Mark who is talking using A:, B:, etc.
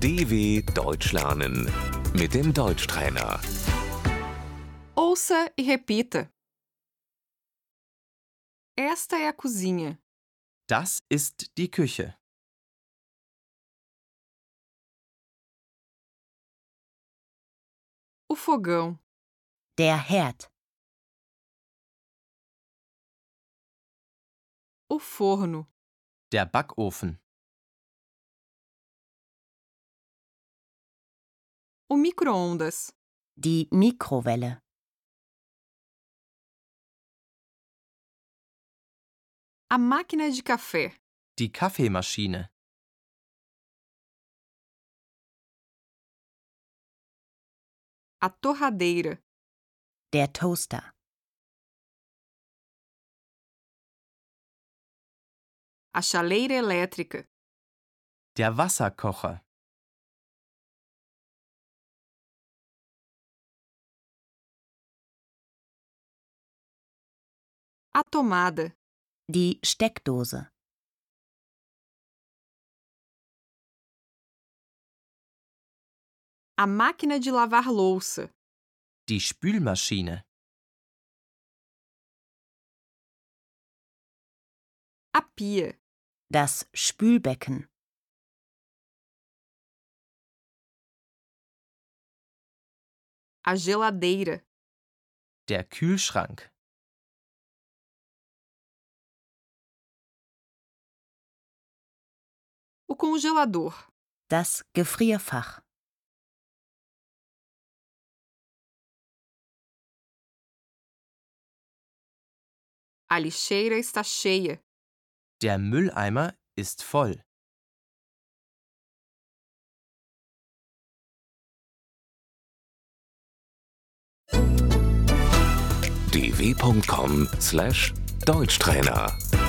A: DW Deutsch lernen mit dem Deutschtrainer.
B: Ouça e repita. Esta é a cozinha.
C: Das ist die Küche.
B: O fogão.
D: Der Herd,
B: O forno.
C: Der Backofen.
B: O micro-ondas.
D: die Mikrowelle,
B: A máquina de café.
C: Die Kaffeemaschine.
B: A torradeira.
D: der Toaster,
B: A chaleira elétrica.
C: Der Wasserkocher.
B: A tomada.
D: die Steckdose,
B: A máquina de lavar louça.
C: Die Spülmaschine.
B: A pia.
D: das Spülbecken,
B: A geladeira.
C: Der Kühlschrank.
B: O congelador.
D: das Gefrierfach.
B: A lixeira está cheia.
C: Der Mülleimer ist voll.
A: dw.com/deutschtrainer